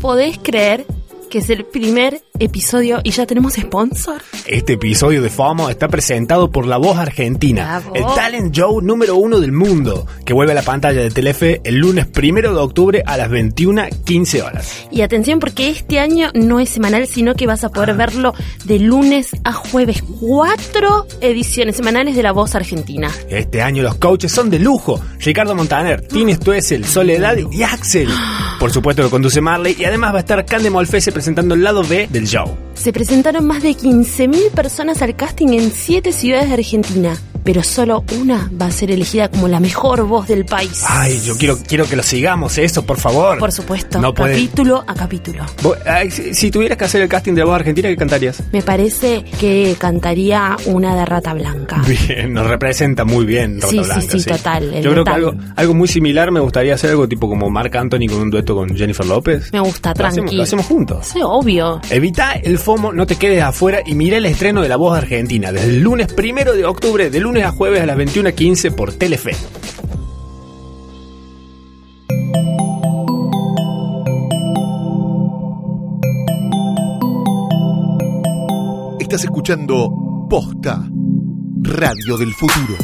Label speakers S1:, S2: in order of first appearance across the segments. S1: podés creer que es el primer episodio y ya tenemos sponsor?
S2: Este episodio de FOMO está presentado por La Voz Argentina,
S1: Bravo.
S2: el talent show número uno del mundo, que vuelve a la pantalla de Telefe el lunes primero de octubre a las 21.15 horas.
S1: Y atención porque este año no es semanal, sino que vas a
S2: Ah.
S1: poder verlo de lunes a jueves. Cuatro ediciones semanales de La Voz Argentina.
S2: Este año los coaches son de lujo. Ricardo Montaner, Tines Tuesel, Soledad y Axel. Por supuesto lo conduce Marley y además va a estar Cande Molfese presentando el lado B del show.
S1: Se presentaron más de 15.000 personas al casting en siete ciudades de Argentina, pero solo una va a ser elegida como la mejor voz del país.
S2: Ay, yo quiero, quiero que lo sigamos, eso, por favor.
S1: Por supuesto,
S2: No puede-
S1: capítulo a capítulo.
S2: Vos- ay, si, si tuvieras que hacer el casting de la voz argentina, ¿qué cantarías?
S1: Me parece que cantaría una de Rata Blanca.
S2: Bien, nos representa muy bien Rata
S1: Sí, sí,
S2: Blanca.
S1: sí, total, el
S2: Yo creo que
S1: metal.
S2: algo, algo muy similar me gustaría hacer algo tipo como Marc Anthony con un dueto con Jennifer López.
S1: Me gusta,
S2: Lo hacemos-
S1: tranqui.
S2: Lo hacemos juntos.
S1: Sí, obvio.
S2: Evita el FOMO, no te quedes afuera y mira el estreno de La Voz Argentina desde el lunes primero de octubre, de lunes a jueves a las 21.15 por Telefe.
S3: Estás escuchando Posta, Radio del Futuro.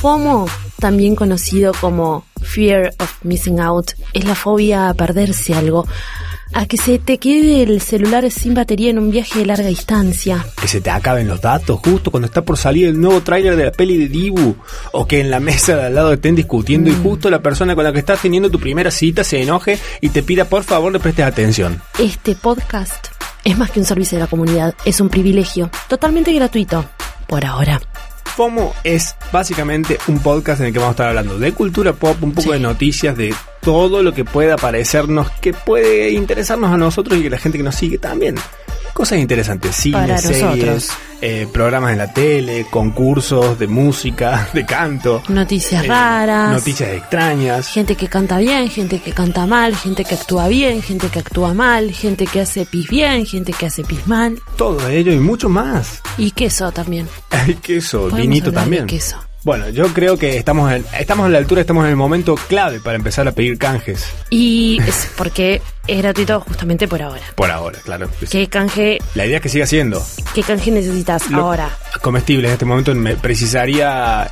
S1: FOMO, también conocido como Fear of Missing Out, es la fobia a perderse algo, a que se te quede el celular sin batería en un viaje de larga distancia.
S2: Que se te acaben los datos justo cuando está por salir el nuevo tráiler de la peli de Dibu. O que en la mesa de al lado estén discutiendo
S1: Mm.
S2: y justo la persona con la que estás teniendo tu primera cita se enoje y te pida por favor le prestes atención.
S1: Este podcast es más que un servicio de la comunidad, es un privilegio, totalmente gratuito, por ahora.
S2: FOMO es básicamente un podcast en el que vamos a estar hablando de cultura pop, un poco
S1: Sí.
S2: de noticias, de todo lo que pueda parecernos, que puede interesarnos a nosotros y que la gente que nos sigue también. Cosas interesantes,
S1: Para
S2: cine,
S1: nosotros.
S2: series, eh, programas en la tele, concursos de música, de canto,
S1: Noticias
S2: eh,
S1: raras.
S2: noticias extrañas.
S1: Gente que canta bien, gente que canta mal, gente que actúa bien, gente que actúa mal, gente que hace pis bien, gente que hace pis mal.
S2: Todo ello y mucho más.
S1: Y queso también.
S2: El queso,
S1: Podemos
S2: vinito
S1: hablar de
S2: también.
S1: queso.
S2: Bueno, yo creo que estamos, en- estamos a la altura, estamos en el momento clave para empezar a pedir canjes.
S1: Y es porque es gratuito justamente por ahora.
S2: Por ahora, claro.
S1: ¿Qué canje,
S2: La idea es que siga siendo.
S1: qué canje necesitas
S2: Lo-
S1: ahora?
S2: Comestibles en este momento me precisaría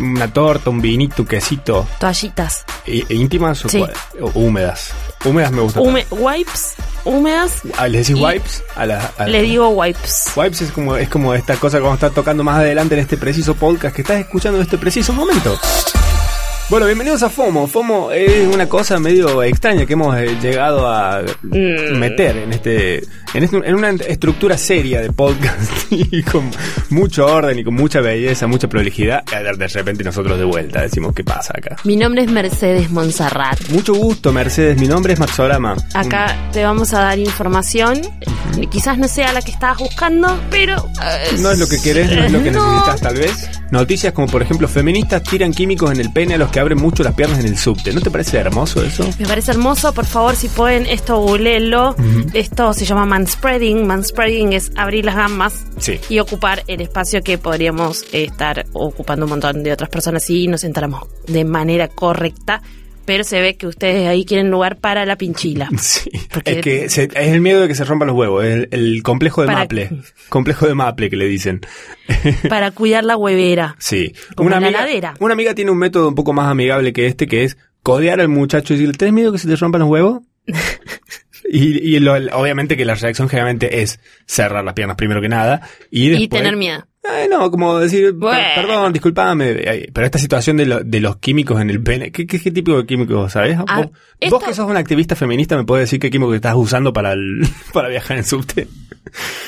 S2: una torta, un vinito, un quesito.
S1: Toallitas,
S2: ¿E- e ¿Íntimas o,
S1: Sí.
S2: cuál? O húmedas? Húmedas me gustan.
S1: hume- wipes, húmedas.
S2: Ah, ¿Les decís
S1: Y-
S2: wipes? A la- a la-
S1: Le digo wipes.
S2: Wipes es como, es como esta cosa que vamos a estar tocando más adelante en este preciso podcast que estás escuchando en este preciso momento. Bueno, bienvenidos a FOMO. FOMO es una cosa medio extraña que hemos eh, llegado a meter en este, en este- en una estructura seria de podcast y con mucho orden y con mucha belleza, mucha prolijidad. Y de repente nosotros de vuelta decimos qué pasa acá.
S1: Mi nombre es Mercedes Monserrat.
S2: Mucho gusto, Mercedes. Mi nombre es Maxorama.
S1: Acá te vamos a dar información. Quizás no sea la que estabas buscando, pero. eh,
S2: No es lo que querés, no es lo que
S1: no.
S2: necesitas tal vez. Noticias como por ejemplo, feministas tiran químicos en el pene a los que abren mucho las piernas en el subte. ¿No te parece hermoso eso?
S1: Me parece hermoso, por favor, si pueden, esto googleenlo. Esto se llama manspreading. Manspreading es abrir las gamas
S2: Sí.
S1: y ocupar el espacio que podríamos estar ocupando un montón de otras personas si nos entramos de manera correcta. Pero se ve que ustedes ahí quieren lugar para la pinchila.
S2: Sí.
S1: Porque-
S2: Es que se- es el miedo de que se rompan los huevos, el, el complejo de
S1: Para-
S2: Maple. Complejo de Maple que le dicen.
S1: Para cuidar la huevera.
S2: Sí.
S1: Como la
S2: amiga,
S1: heladera.
S2: una amiga tiene un método un poco más amigable que este, que es codear al muchacho y decirle, ¿tenés miedo que se te rompan los huevos? y y lo- obviamente que la reacción generalmente es cerrar las piernas primero que nada y,
S1: Y
S2: después-
S1: tener miedo.
S2: Ay, Eh, no, como decir, per-
S1: Bueno.
S2: perdón, disculpame, eh, pero esta situación de, lo- de los químicos en el pene, ¿qué, qué, qué tipo de químicos, sabes?
S1: Ah,
S2: ¿Vos,
S1: esto-
S2: vos que sos una activista feminista me puedes decir qué químico estás usando para, el- para viajar en subte.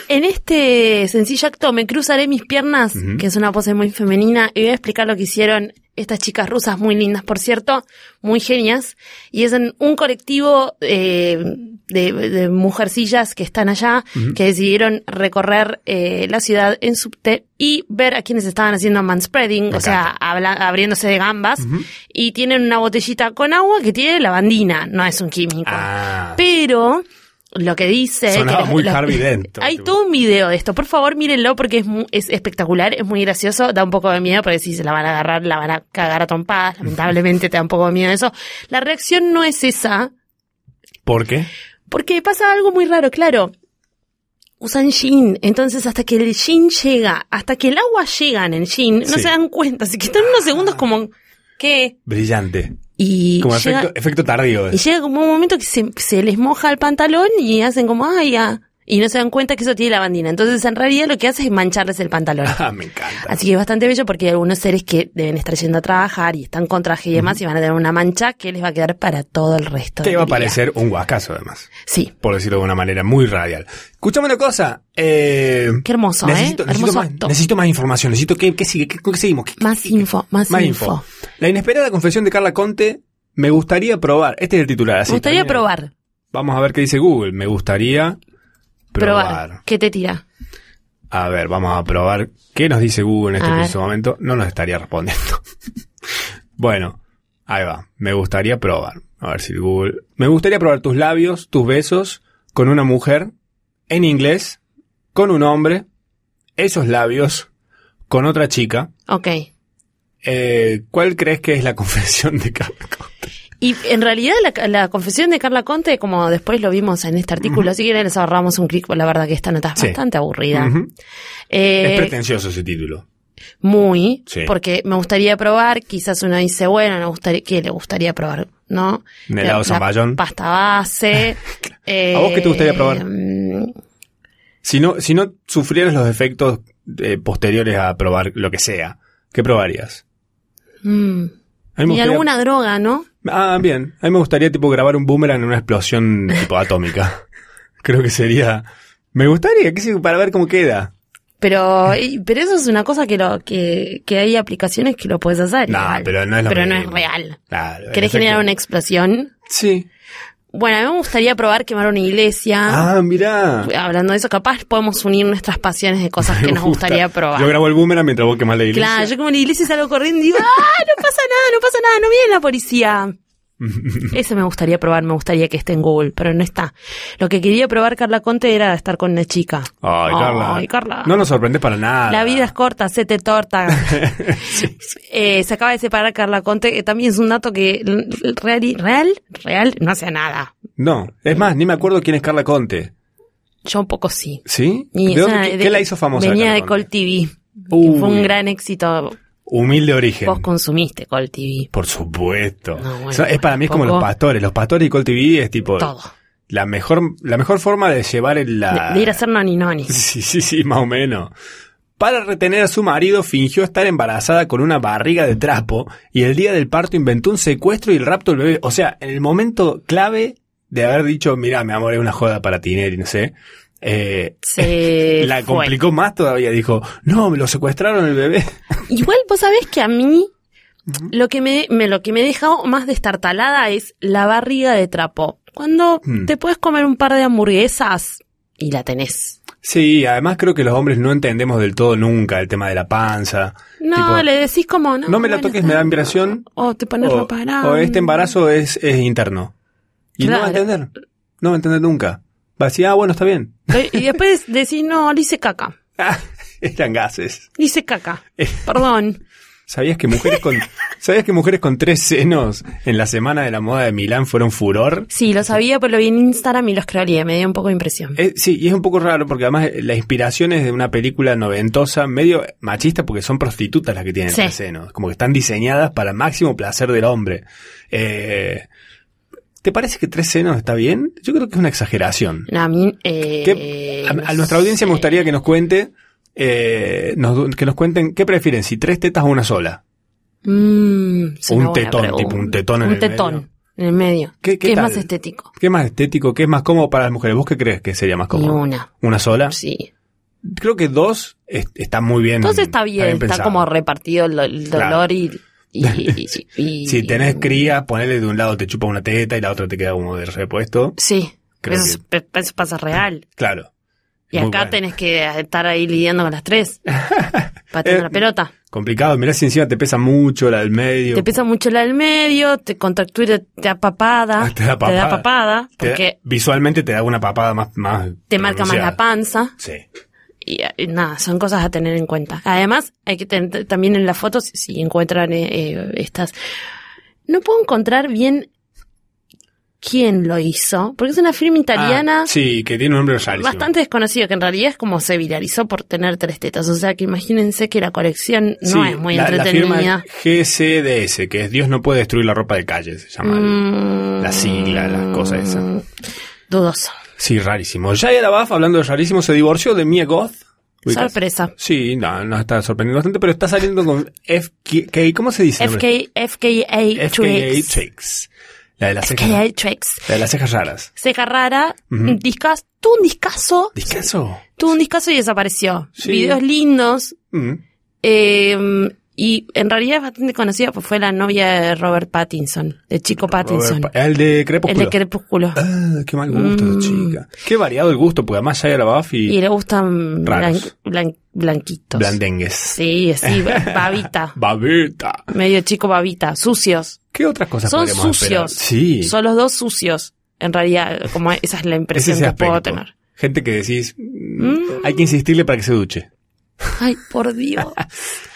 S1: En este sencillo acto me cruzaré mis piernas, que es una pose muy femenina, y voy a explicar lo que hicieron estas chicas rusas, muy lindas, por cierto, muy genias, y es en un colectivo eh, de, de mujercillas que están allá, que decidieron recorrer eh, la ciudad en subte y ver a quienes estaban haciendo manspreading,
S2: Me
S1: o sea, habla- abriéndose de gambas, y tienen una botellita con agua que tiene lavandina, no es un químico.
S2: Ah,
S1: Pero lo que dice...
S2: Sonaba
S1: que los-
S2: muy
S1: los-
S2: Harvey Dent.
S1: Hay todo un video de esto. Por favor, mírenlo porque es, mu- es espectacular, es muy gracioso. Da un poco de miedo porque si se la van a agarrar, la van a cagar a trompadas. Lamentablemente te da un poco de miedo eso. La reacción no es esa.
S2: ¿Por qué?
S1: Porque pasa algo muy raro, claro. Usan jean, entonces hasta que el jean llega, hasta que el agua llega en el jean, no
S2: Sí.
S1: se dan cuenta, así que están unos segundos como, ¿qué?
S2: Brillante.
S1: Y
S2: Como
S1: llega,
S2: efecto, efecto tardío.
S1: y
S2: es.
S1: llega como un momento que se, se les moja el pantalón y hacen como, ay, ya. Y no se dan cuenta que eso tiene lavandina. Entonces, en realidad lo que hace es mancharles el pantalón.
S2: Ah, me encanta.
S1: Así que es bastante bello porque hay algunos seres que deben estar yendo a trabajar y están con traje y demás y van a tener una mancha que les va a quedar para todo el resto.
S2: Te
S1: del
S2: iba a
S1: día.
S2: parecer un guascazo, además.
S1: Sí.
S2: Por decirlo de una manera muy radial. Escuchame una cosa. Eh,
S1: Qué hermoso,
S2: necesito,
S1: ¿eh?
S2: necesito,
S1: hermoso
S2: más,
S1: acto.
S2: necesito más información. Necesito que, sigue, ¿Qué- con qué seguimos. ¿Qué-
S1: Más info, más,
S2: Más
S1: info.
S2: info. La inesperada confesión de Carla Conte. Me gustaría probar. Este es el titular. Así
S1: Me gustaría
S2: termina.
S1: probar,
S2: Vamos a ver qué dice Google. Me gustaría
S1: probar.
S2: probar.
S1: ¿Qué te tira?
S2: A ver, vamos a probar qué nos dice Google en este
S1: A ver.
S2: preciso momento. No nos estaría respondiendo. bueno, ahí va. Me gustaría probar. A ver si Google. Me gustaría probar tus labios, tus besos, con una mujer, en inglés, con un hombre, esos labios, con otra chica.
S1: Ok.
S2: Eh, ¿Cuál crees que es la confesión de Carco?
S1: Y en realidad la, la confesión de Carla Conte, como después lo vimos en este artículo, así que les ahorramos un clic, porque la verdad que esta nota es
S2: Sí.
S1: bastante aburrida.
S2: Ujú.
S1: Eh,
S2: es pretencioso ese título.
S1: muy,
S2: Sí.
S1: porque me gustaría probar, quizás uno dice, bueno, me gustaría, ¿qué le gustaría probar? ¿No?
S2: Un helado
S1: La- la
S2: Zamballón.
S1: Pasta base. eh,
S2: ¿A vos qué te gustaría probar?
S1: mm,
S2: Si no, si no sufrieras los efectos eh, posteriores a probar lo que sea, ¿qué probarías?
S1: mm.
S2: A mí me
S1: Y
S2: gustaría-
S1: alguna droga, ¿no?
S2: Ah, bien. A mí me gustaría tipo grabar un boomerang en una explosión tipo atómica. Creo que sería. Me gustaría, qué sé yo, para ver cómo queda.
S1: Pero, y- pero eso es una cosa que lo, que, que hay aplicaciones que lo puedes hacer.
S2: No,
S1: igual.
S2: pero no es lo
S1: Pero no
S2: mismo. Eh,
S1: es real.
S2: Claro, el
S1: ¿Querés
S2: efecto-
S1: generar una explosión?
S2: Sí.
S1: Bueno, a mí me gustaría probar quemar una iglesia.
S2: Ah, mirá.
S1: Hablando de eso, capaz podemos unir nuestras pasiones de cosas que
S2: Me
S1: nos
S2: gusta.
S1: gustaría probar.
S2: Yo grabo el boomerang mientras vos quemás la iglesia.
S1: Claro, yo como en la iglesia salgo corriendo y digo, ¡ah! No pasa nada, no pasa nada, no viene la policía. Eso me gustaría probar, me gustaría que esté en Google, pero no está. Lo que quería probar Carla Conte era estar con una chica.
S2: Ay, Carla.
S1: Ay, Carla.
S2: No nos sorprendes para nada.
S1: La vida es corta, hacete torta. Eh, se acaba de separar Carla Conte, que también es un dato que l- l- real, y- real, real, no hace nada.
S2: No, es más, ni me acuerdo quién es Carla Conte.
S1: Yo un poco sí.
S2: ¿Sí?
S1: Y
S2: ¿De
S1: es
S2: dónde-
S1: una-
S2: qué,
S1: de-
S2: qué la hizo famosa?
S1: Venía de
S2: Carla Conte?
S1: Call TV.
S2: Uy.
S1: Que fue un gran éxito.
S2: Humilde origen.
S1: Vos consumiste Call TV.
S2: Por supuesto.
S1: No, bueno,
S2: O sea, es para mí es como los
S1: tampoco.
S2: pastores. Los pastores y Call TV es tipo
S1: Todo.
S2: la mejor la mejor forma de llevar el la
S1: De, de ir a hacer noni noni.
S2: Sí, sí, sí, más o menos. Para retener a su marido fingió estar embarazada con una barriga de trapo y el día del parto inventó un secuestro y el rapto del bebé. O sea, en el momento clave de haber dicho, mira, mi amor, es una joda para ti, Neri", no sé. eh,
S1: Se
S2: la
S1: fue.
S2: complicó más todavía. Dijo, no, me lo secuestraron el bebé.
S1: Igual vos sabés que a mí lo que me, me- lo que me deja más destartalada es la barriga de trapo. Cuando
S2: Mm.
S1: te puedes comer un par de hamburguesas y la tenés.
S2: Sí, además creo que los hombres no entendemos del todo nunca el tema de la panza.
S1: No,
S2: Tipo,
S1: le decís como no.
S2: "No me la
S1: bueno,
S2: toques, me da
S1: está-
S2: vibración".
S1: O te pones
S2: o,
S1: ropa grande.
S2: o este embarazo es, es interno. Y no va a
S1: Claro.
S2: entender. No va a entender nunca. Va a decir, ah, bueno, está bien.
S1: Y después decís, no, le hice caca.
S2: Ah, Eran gases.
S1: Le hice caca.
S2: Eh.
S1: Perdón.
S2: ¿Sabías que mujeres con ¿Sabías que mujeres con tres senos en la semana de la moda de Milán fueron furor?
S1: Sí, lo sabía, pero lo vi en Instagram y los creolía. Me dio un poco de impresión.
S2: Eh, sí, y es un poco raro porque además eh, la inspiración es de una película noventosa, medio machista, porque son prostitutas las que tienen
S1: Sí.
S2: tres senos. Como que están diseñadas para máximo placer del hombre. Eh, ¿Te parece que tres senos está bien? Yo creo que es una exageración.
S1: No, a mí, eh,
S2: ¿Qué- a,
S1: no
S2: a nuestra audiencia me
S1: sé.
S2: gustaría que nos cuente, eh, nos- que nos cuenten qué prefieren, si tres tetas o una sola.
S1: Mm, es
S2: O un
S1: una buena
S2: tetón, tipo un tetón en
S1: un
S2: el
S1: tetón
S2: medio.
S1: en el medio.
S2: ¿Qué- qué
S1: Que es
S2: tal?
S1: más estético?
S2: ¿Qué es más estético? ¿Qué es más cómodo para las mujeres? ¿Vos qué crees que sería más
S1: Ni
S2: cómodo?
S1: una.
S2: ¿Una sola?
S1: Sí.
S2: Creo que dos es- está muy bien.
S1: Entonces está bien, está,
S2: pensado.
S1: como repartido el, do- el
S2: Claro.
S1: dolor y, y, y- y- mm,
S2: Si tenés cría, ponele de un lado te chupa una teta y la otra te queda como de repuesto.
S1: Sí.
S2: Creo
S1: eso, es- pe- eso pasa real.
S2: Claro.
S1: Y
S2: Muy
S1: acá
S2: bueno.
S1: tenés que estar ahí lidiando con las tres. para tener
S2: Eh,
S1: la pelota.
S2: Complicado. Mirá si encima te pesa mucho la del medio.
S1: Te pesa mucho la del medio, te contractura, te da papada.
S2: Ah, te da papada.
S1: papada,
S2: Te da-
S1: porque
S2: visualmente te da una papada más. más
S1: te marca más la
S2: pronunciada.
S1: panza.
S2: Sí.
S1: Y, eh, nada, son cosas a tener en cuenta. Además, hay que tener también en las fotos, si encuentran eh, eh, estas... No puedo encontrar bien quién lo hizo, porque es una firma italiana
S2: Ah, sí, que tiene un nombre rarísimo.
S1: bastante desconocido, que en realidad es como se viralizó por tener tres tetas. O sea que imagínense que la colección no
S2: Sí,
S1: es muy
S2: la, la
S1: entretenida.
S2: firma GCDS, que es Dios no puede destruir la ropa de calle, se llama.
S1: Mm.
S2: la sigla, las cosas esas.
S1: Dudoso.
S2: Sí, rarísimo. Shia LaBeouf, hablando de rarísimo, se divorció de Mia Goth. Ubicás.
S1: Sorpresa.
S2: Sí, no, nos está sorprendiendo bastante, pero está saliendo con FK, ¿cómo se dice? el nombre?
S1: FK, FKA
S2: FKA
S1: Tricks.
S2: Tricks. La de las cejas,
S1: FKA Tricks.
S2: la de las cejas raras.
S1: Ceja rara,
S2: Ujú.
S1: discas, tuvo un discazo,
S2: ¿Descanso?
S1: tuvo un discazo y desapareció.
S2: Sí.
S1: Videos lindos.
S2: Mm.
S1: eh, y en realidad es bastante conocida porque fue la novia de Robert Pattinson, de Chico Pattinson.
S2: Robert Pa- el de
S1: el
S2: Crepúsculo.
S1: de Crepúsculo.
S2: Ah, qué mal gusto,
S1: Mm.
S2: chica. Qué variado el gusto, porque además Shia LaBeouf
S1: Y
S2: y
S1: le gustan
S2: Raros.
S1: blan- blan- blanquitos.
S2: Blandengues.
S1: Sí, sí, babita.
S2: Babita.
S1: medio chico babita. Sucios.
S2: ¿Qué otras cosas
S1: Son
S2: podríamos esperar?
S1: sucios.
S2: Sí.
S1: Son los dos sucios. En realidad, como esa es la
S2: ese
S1: impresión
S2: es
S1: que
S2: el aspecto.
S1: puedo tener.
S2: Gente que decís, mm,
S1: Mm.
S2: hay que insistirle para que se duche.
S1: Ay, por Dios.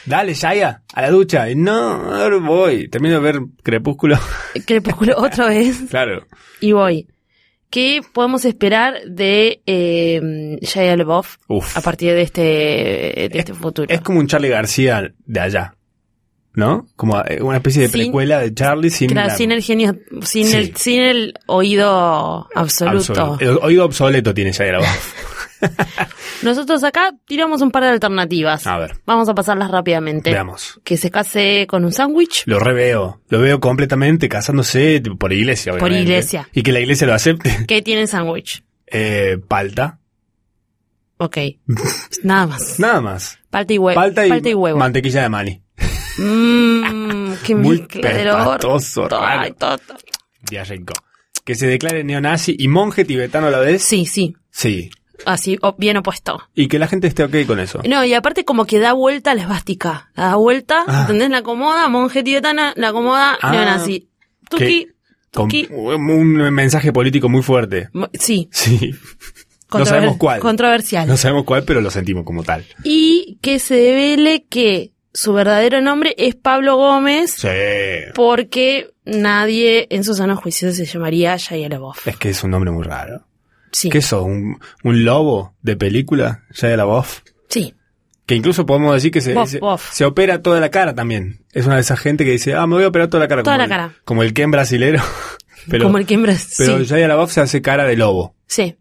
S2: Dale, Shia, a la ducha. Y No, ahora voy. Termino de ver Crepúsculo.
S1: Crepúsculo otra vez.
S2: claro.
S1: Y voy. ¿Qué podemos esperar de eh, Shia LaBeouf
S2: Uf.
S1: a partir de este, de este futuro?
S2: Es como un Charlie García de allá. ¿No? Como eh, una especie de
S1: Sin-
S2: precuela de Charlie sin,
S1: Claro,
S2: la-
S1: sin el genio, sin,
S2: Sí.
S1: el, sin el oído absoluto.
S2: absoluto. El oído obsoleto tiene Shia LaBeouf.
S1: Nosotros acá tiramos un par de alternativas.
S2: A ver,
S1: Vamos a pasarlas rápidamente.
S2: Ah. veamos.
S1: Que se case con un sándwich.
S2: Lo reveo. Lo veo completamente casándose tipo, por iglesia,
S1: Por
S2: obviamente.
S1: iglesia.
S2: Y que la iglesia lo acepte.
S1: ¿Qué tiene el sándwich?
S2: Eh, palta.
S1: Ok. Nada más.
S2: Nada más.
S1: Palta y, hue-
S2: Palta y,
S1: huevo.
S2: mantequilla de maní.
S1: Mmm, qué
S2: Muy
S1: mezcla de olor.
S2: pepatoso, raro.
S1: Ay, todo- todo.
S2: Ya rico. Que se declare neonazi y monje tibetano a la vez.
S1: Sí, sí.
S2: Sí.
S1: Así, o- bien opuesto.
S2: Y que la gente esté ok con eso.
S1: No, y aparte como que da vuelta la esvástica. La da vuelta,
S2: Ah.
S1: ¿entendés? La acomoda, monje tibetana, la acomoda,
S2: Ah.
S1: neonazi. Tuki,
S2: Con
S1: tuki.
S2: un mensaje político muy fuerte.
S1: mo- Sí,
S2: Sí. No
S1: controver-
S2: sabemos cuál.
S1: controversial.
S2: No sabemos cuál, pero lo sentimos como tal.
S1: Y que se devele que su verdadero nombre es Pablo Gómez
S2: Sí.
S1: porque nadie en su sano juicio se llamaría Shia LaBeouf.
S2: Es que es un nombre muy raro.
S1: Sí,
S2: ¿Qué sos? ¿Un, un lobo de película? Ya de la voz.
S1: sí.
S2: Que incluso podemos decir que se,
S1: Bof,
S2: se,
S1: bof.
S2: se opera toda la cara también. Es una de esas gente que dice, ah, me voy a operar toda la cara.
S1: Toda
S2: como
S1: la
S2: el,
S1: cara.
S2: Como el Ken brasilero. Pero,
S1: como el que en Brasil-
S2: pero
S1: Sí,
S2: Shia LaBeouf se hace cara de lobo.
S1: sí.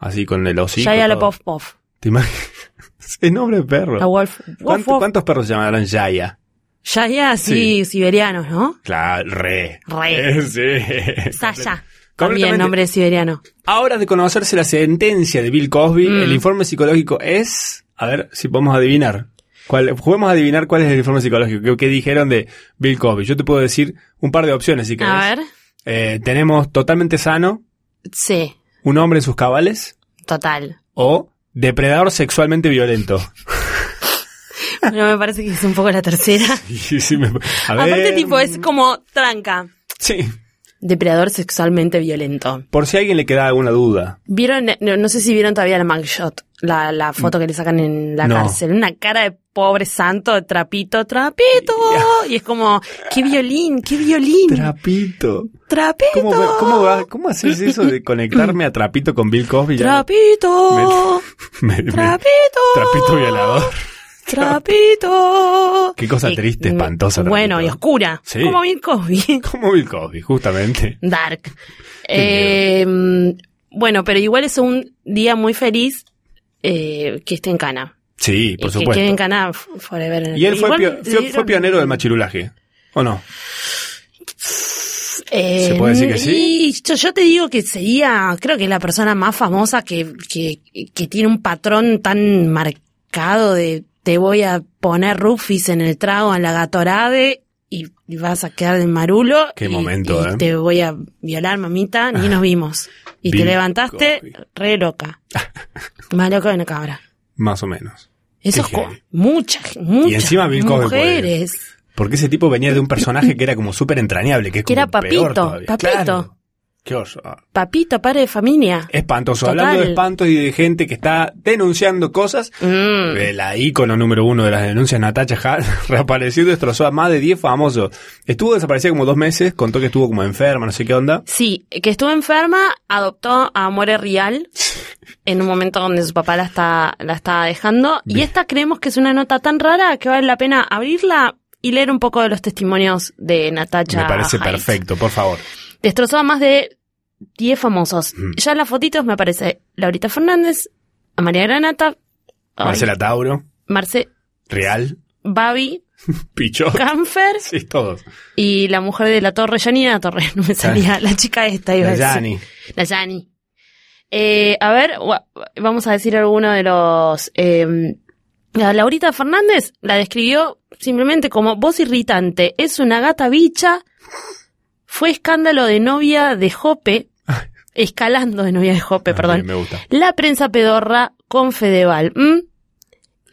S2: Así con el hocico.
S1: Shia
S2: todo.
S1: LaBeouf, Puff.
S2: ¿Te imaginas? Es nombre de perro.
S1: La Wolf. Wolf,
S2: ¿Cuánto-
S1: Wolf.
S2: ¿Cuántos perros se llamarán Shia?
S1: Shia, así, siberianos, ¿no?
S2: Claro, re.
S1: Re.
S2: Sí.
S1: Sasha.
S2: Completamente.
S1: También nombre siberiano.
S2: Ahora de conocerse la sentencia de Bill Cosby,
S1: Mm.
S2: el informe psicológico es. A ver si podemos adivinar. ¿Cuál, juguemos a adivinar cuál es el informe psicológico. ¿Qué, qué dijeron de Bill Cosby? Yo te puedo decir un par de opciones si querés.
S1: A ver.
S2: Eh, tenemos totalmente sano,
S1: Sí,
S2: un hombre en sus cabales,
S1: total.
S2: o depredador sexualmente violento.
S1: Pero me parece que es un poco la tercera.
S2: Y sí me- a ver,
S1: Aparte, tipo, es como tranca.
S2: Sí.
S1: Depredador sexualmente violento.
S2: Por si a alguien le queda alguna duda.
S1: ¿Vieron? No, no sé si vieron todavía la mugshot, la, la foto que le sacan en la
S2: No.
S1: cárcel. Una cara de pobre santo, de trapito, trapito. Y es como, qué violín, qué violín.
S2: Trapito.
S1: trapito.
S2: ¿Cómo, va- cómo, va- cómo haces eso de conectarme a Trapito con Bill Cosby? Ya
S1: Trapito.
S2: me- me-
S1: Trapito.
S2: Trapito violador.
S1: Trapito.
S2: Qué cosa
S1: Y-
S2: triste, espantosa,
S1: Bueno,
S2: Trapito.
S1: y oscura.
S2: Sí.
S1: Como bien Cosby.
S2: Como Bill Cosby, justamente.
S1: Dark.
S2: Qué
S1: Eh, bueno, pero igual es un día muy feliz eh, que esté en Cana.
S2: Sí,
S1: Y Que quede
S2: por
S1: en
S2: supuesto.
S1: Cana f- forever. and
S2: Y él fue,
S1: ever.
S2: pio-
S1: Igual,
S2: fue- fue
S1: ¿vieron?
S2: pionero del machirulaje. ¿O no?
S1: Eh,
S2: ¿Se puede decir que sí?
S1: y yo, yo te digo que sería, creo que es la persona más famosa que, que, que tiene un patrón tan marcado de te voy a poner rufis en el trago, en la gatorade y, y vas a quedar del marulo.
S2: Qué
S1: y-
S2: momento,
S1: y
S2: eh. Ah.
S1: Te voy a violar, mamita, ni nos vimos. Y te
S2: Bill
S1: levantaste
S2: Cosby.
S1: re loca. más loca que una cabra.
S2: Más o menos.
S1: Eso
S2: Qué
S1: es co-
S2: heavy.
S1: muchas, muchas
S2: encima Bill Cosby,
S1: mujeres.
S2: Porque ese tipo venía de un personaje que era como súper entrañable, que es
S1: Que
S2: como
S1: era
S2: peor
S1: Papito,
S2: todavía.
S1: Papito.
S2: Claro. Qué horror.
S1: Papito, padre de familia.
S2: Eh, Espantoso.
S1: Total.
S2: Hablando de espantos y de gente que está denunciando cosas,
S1: Mm.
S2: eh, la ícono número uno de las denuncias, Natacha Hart, reapareció y destrozó a más de 10 famosos. Estuvo desaparecida como dos meses, contó que estuvo como enferma, no sé qué onda.
S1: Sí, que estuvo enferma, adoptó a More Rial en un momento donde su papá la está, la está dejando. Y
S2: Bien.
S1: esta creemos que es una nota tan rara que vale la pena abrirla y leer un poco de los testimonios de Natacha.
S2: Me parece
S1: Hyde.
S2: perfecto, por favor.
S1: Destrozó a más de 10 famosos.
S2: Mm.
S1: Ya en las fotitos me aparece Laurita Fernández, a María Granata, ay,
S2: Marcela Tauro,
S1: Marce,
S2: Real,
S1: Babi,
S2: Pichó.
S1: Camfer
S2: Sí, todos.
S1: y la mujer de la Torre, Janina Torre, no me salía, la chica esta iba a decir.
S2: Yani.
S1: La Yani. Eh, a ver, gua- vamos a decir alguno de los... eh, a Laurita Fernández la describió simplemente como voz irritante, es una gata bicha, fue escándalo de novia de Jope, escalando de novia de
S2: Ah,
S1: Jope, perdón,
S2: Me gusta.
S1: la prensa pedorra con Fedeval. ¿m?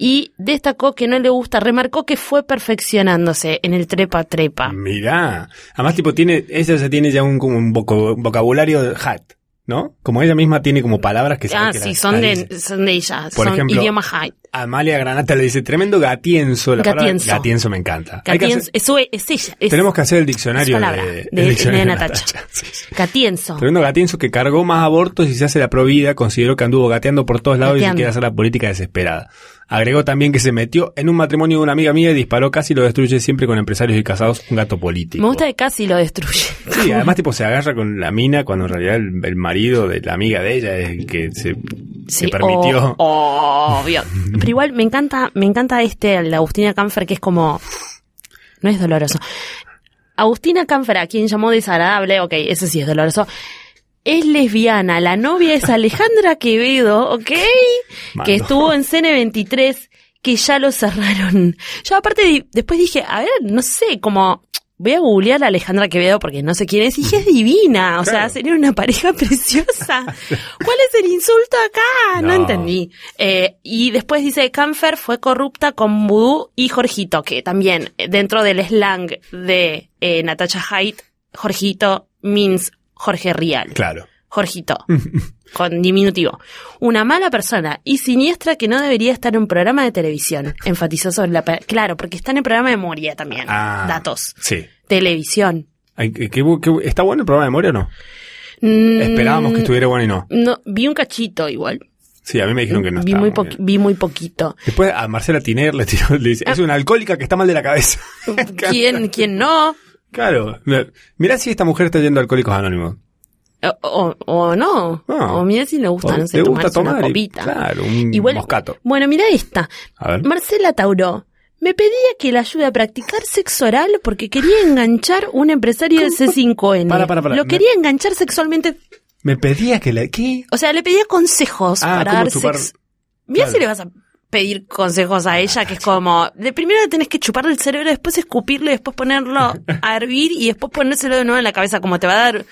S1: Y destacó que no le gusta, remarcó que fue perfeccionándose en el trepa trepa.
S2: Mm, Mirá. Además, tipo, tiene, ella ya tiene ya un, como un voco- vocabulario de hat, ¿no? Como ella misma tiene como palabras que sabe
S1: Ah,
S2: que
S1: sí,
S2: las-
S1: son
S2: las dice.
S1: de, son de ella,
S2: Por
S1: son
S2: ejemplo,
S1: idioma high.
S2: Amalia Granata le dice tremendo gatienzo. La palabra
S1: Gatienzo.
S2: gatienzo me encanta. Hay que
S1: Catienzo,
S2: hacer-
S1: eso es, es ella. es
S2: tenemos que hacer el diccionario
S1: es palabra, de-
S2: de, el
S1: de
S2: diccionario
S1: Natacha.
S2: Sí, sí.
S1: Catienzo.
S2: Tremendo gatienzo que cargó más abortos y se hace la provida, consideró que anduvo gateando por todos lados y se
S1: Gateando.
S2: quiere hacer la política desesperada. Agregó también que se metió en un matrimonio de una amiga mía y disparó casi lo destruye siempre con empresarios y casados, un gato político.
S1: Me gusta que casi lo destruye.
S2: Sí, además tipo se agarra con la mina cuando en realidad el, el marido de la amiga de ella es el que se, se
S1: o-
S2: permitió.
S1: obvio. Pero igual me encanta, me encanta este, la Agustina Canfer, que es como. No es doloroso. Agustina Canfer, a quien llamó desagradable, ok, ese sí es doloroso. Es lesbiana, la novia es Alejandra Quevedo, ok,
S2: Mando.
S1: que estuvo en CN23, que ya lo cerraron. Yo aparte di- después dije, a ver, no sé, como voy a googlear a Alejandra Quevedo porque no sé quién es, y dije, es divina, o sea,
S2: Claro.
S1: sería una pareja preciosa. ¿Cuál es el insulto acá? No,
S2: No.
S1: entendí. Eh, y después dice, Canfer fue corrupta con Vudú y Jorgito, que también eh, dentro del slang de eh, Natasha Haidt, Jorgito means Jorge Rial.
S2: Claro.
S1: Jorgito, con diminutivo. Una mala persona y siniestra que no debería estar en un programa de televisión. Enfatizó sobre la... pa- Claro, porque está en el programa de memoria también.
S2: Ah.
S1: Datos.
S2: Sí.
S1: Televisión.
S2: Ay, qué- qué bu- qué bu- ¿Está bueno el programa de memoria o no?
S1: Mm,
S2: Esperábamos que estuviera bueno y no.
S1: No, vi un cachito igual.
S2: Sí, a mí me dijeron que no
S1: vi,
S2: estaba
S1: muy
S2: muy
S1: poqui- Ah.
S2: bien.
S1: vi muy poquito.
S2: Después a Marcela Tiner le, tiró- le dice, es una alcohólica que está mal de la cabeza.
S1: ¿Quién, quién no?
S2: Claro. Mira- Mirá si esta mujer está yendo a Alcohólicos Anónimos.
S1: O, o- o no.
S2: Ah.
S1: O mira si le gusta, no
S2: O
S1: sé,
S2: le gusta
S1: tomarse
S2: tomar
S1: una
S2: y-
S1: copita.
S2: claro, un
S1: Igual-
S2: moscato.
S1: Bueno, mira esta.
S2: A ver.
S1: Marcela Tauró. Me pedía que la ayude a practicar sexo oral porque quería enganchar un empresario de C5N.
S2: Para, para, para.
S1: Lo
S2: Me-
S1: quería enganchar sexualmente.
S2: Me pedía que la... ¿Qué?
S1: O sea, le pedía consejos
S2: Ah,
S1: para
S2: ¿cómo
S1: dar
S2: chupar?
S1: sexo. Mira
S2: Claro.
S1: si le vas a pedir consejos a ella, que es como, de primero le tenés que chuparle el cerebro, después escupirlo, después ponerlo a hervir y después ponérselo de nuevo en la cabeza, como te va a dar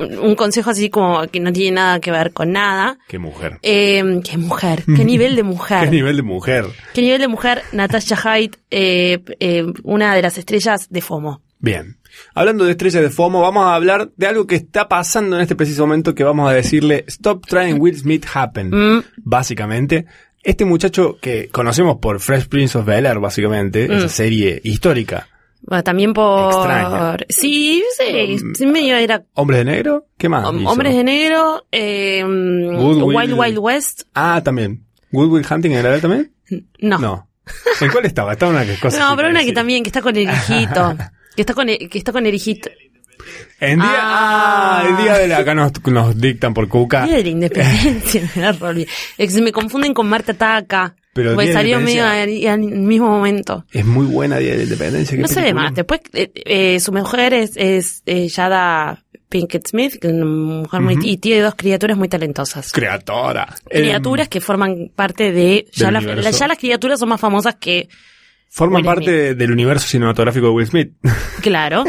S1: un, un consejo así como que no tiene nada que ver con nada.
S2: Qué mujer.
S1: Eh, qué mujer, qué nivel de
S2: Qué
S1: mujer.
S2: nivel de mujer.
S1: Qué nivel de mujer, Natasha Hyde, eh, eh, una de las estrellas de FOMO.
S2: Bien. Hablando de estrellas de FOMO, vamos a hablar de algo que está pasando en este preciso momento que vamos a decirle Stop trying Will Smith happen.
S1: Mm.
S2: Básicamente, este muchacho que conocemos por Fresh Prince of Bel-Air, básicamente,
S1: Mm.
S2: esa serie histórica.
S1: Bueno, también por...
S2: Extraño.
S1: Sí, sí,
S2: Mm.
S1: sí medio era
S2: ¿Hombres de negro? ¿Qué más?
S1: hom-
S2: hizo?
S1: Hombres de Negro, eh,
S2: Will-
S1: Wild Wild West,
S2: Ah, también. Good Will Hunting en el también?
S1: no. No,
S2: No. ¿En cuál estaba? Estaba una que cosa. así
S1: pero una que
S2: parecida.
S1: también, que está con el hijito. Que está con el, que está con el hijito.
S2: En día, ah,
S1: Ah.
S2: el día de la, acá nos, nos dictan por cuca.
S1: Día de la Independencia, me da rollo. Es que me confunden con Marta Taca.
S2: Pero
S1: Porque
S2: Día de la
S1: salió medio al, al mismo momento.
S2: Es muy buena Día de la Independencia. qué
S1: No sé de
S2: película.
S1: más. Después, eh, eh, su mujer es, es eh, Yada Pinkett Smith, que es una mujer muy, y tiene dos criaturas muy talentosas.
S2: Creatora. Em,
S1: criaturas que forman parte de... Ya,
S2: eh, del
S1: las-
S2: universo.
S1: la- ya las criaturas son más famosas que...
S2: Eh, forman
S1: Will
S2: parte del universo cinematográfico de Will Smith.
S1: Claro.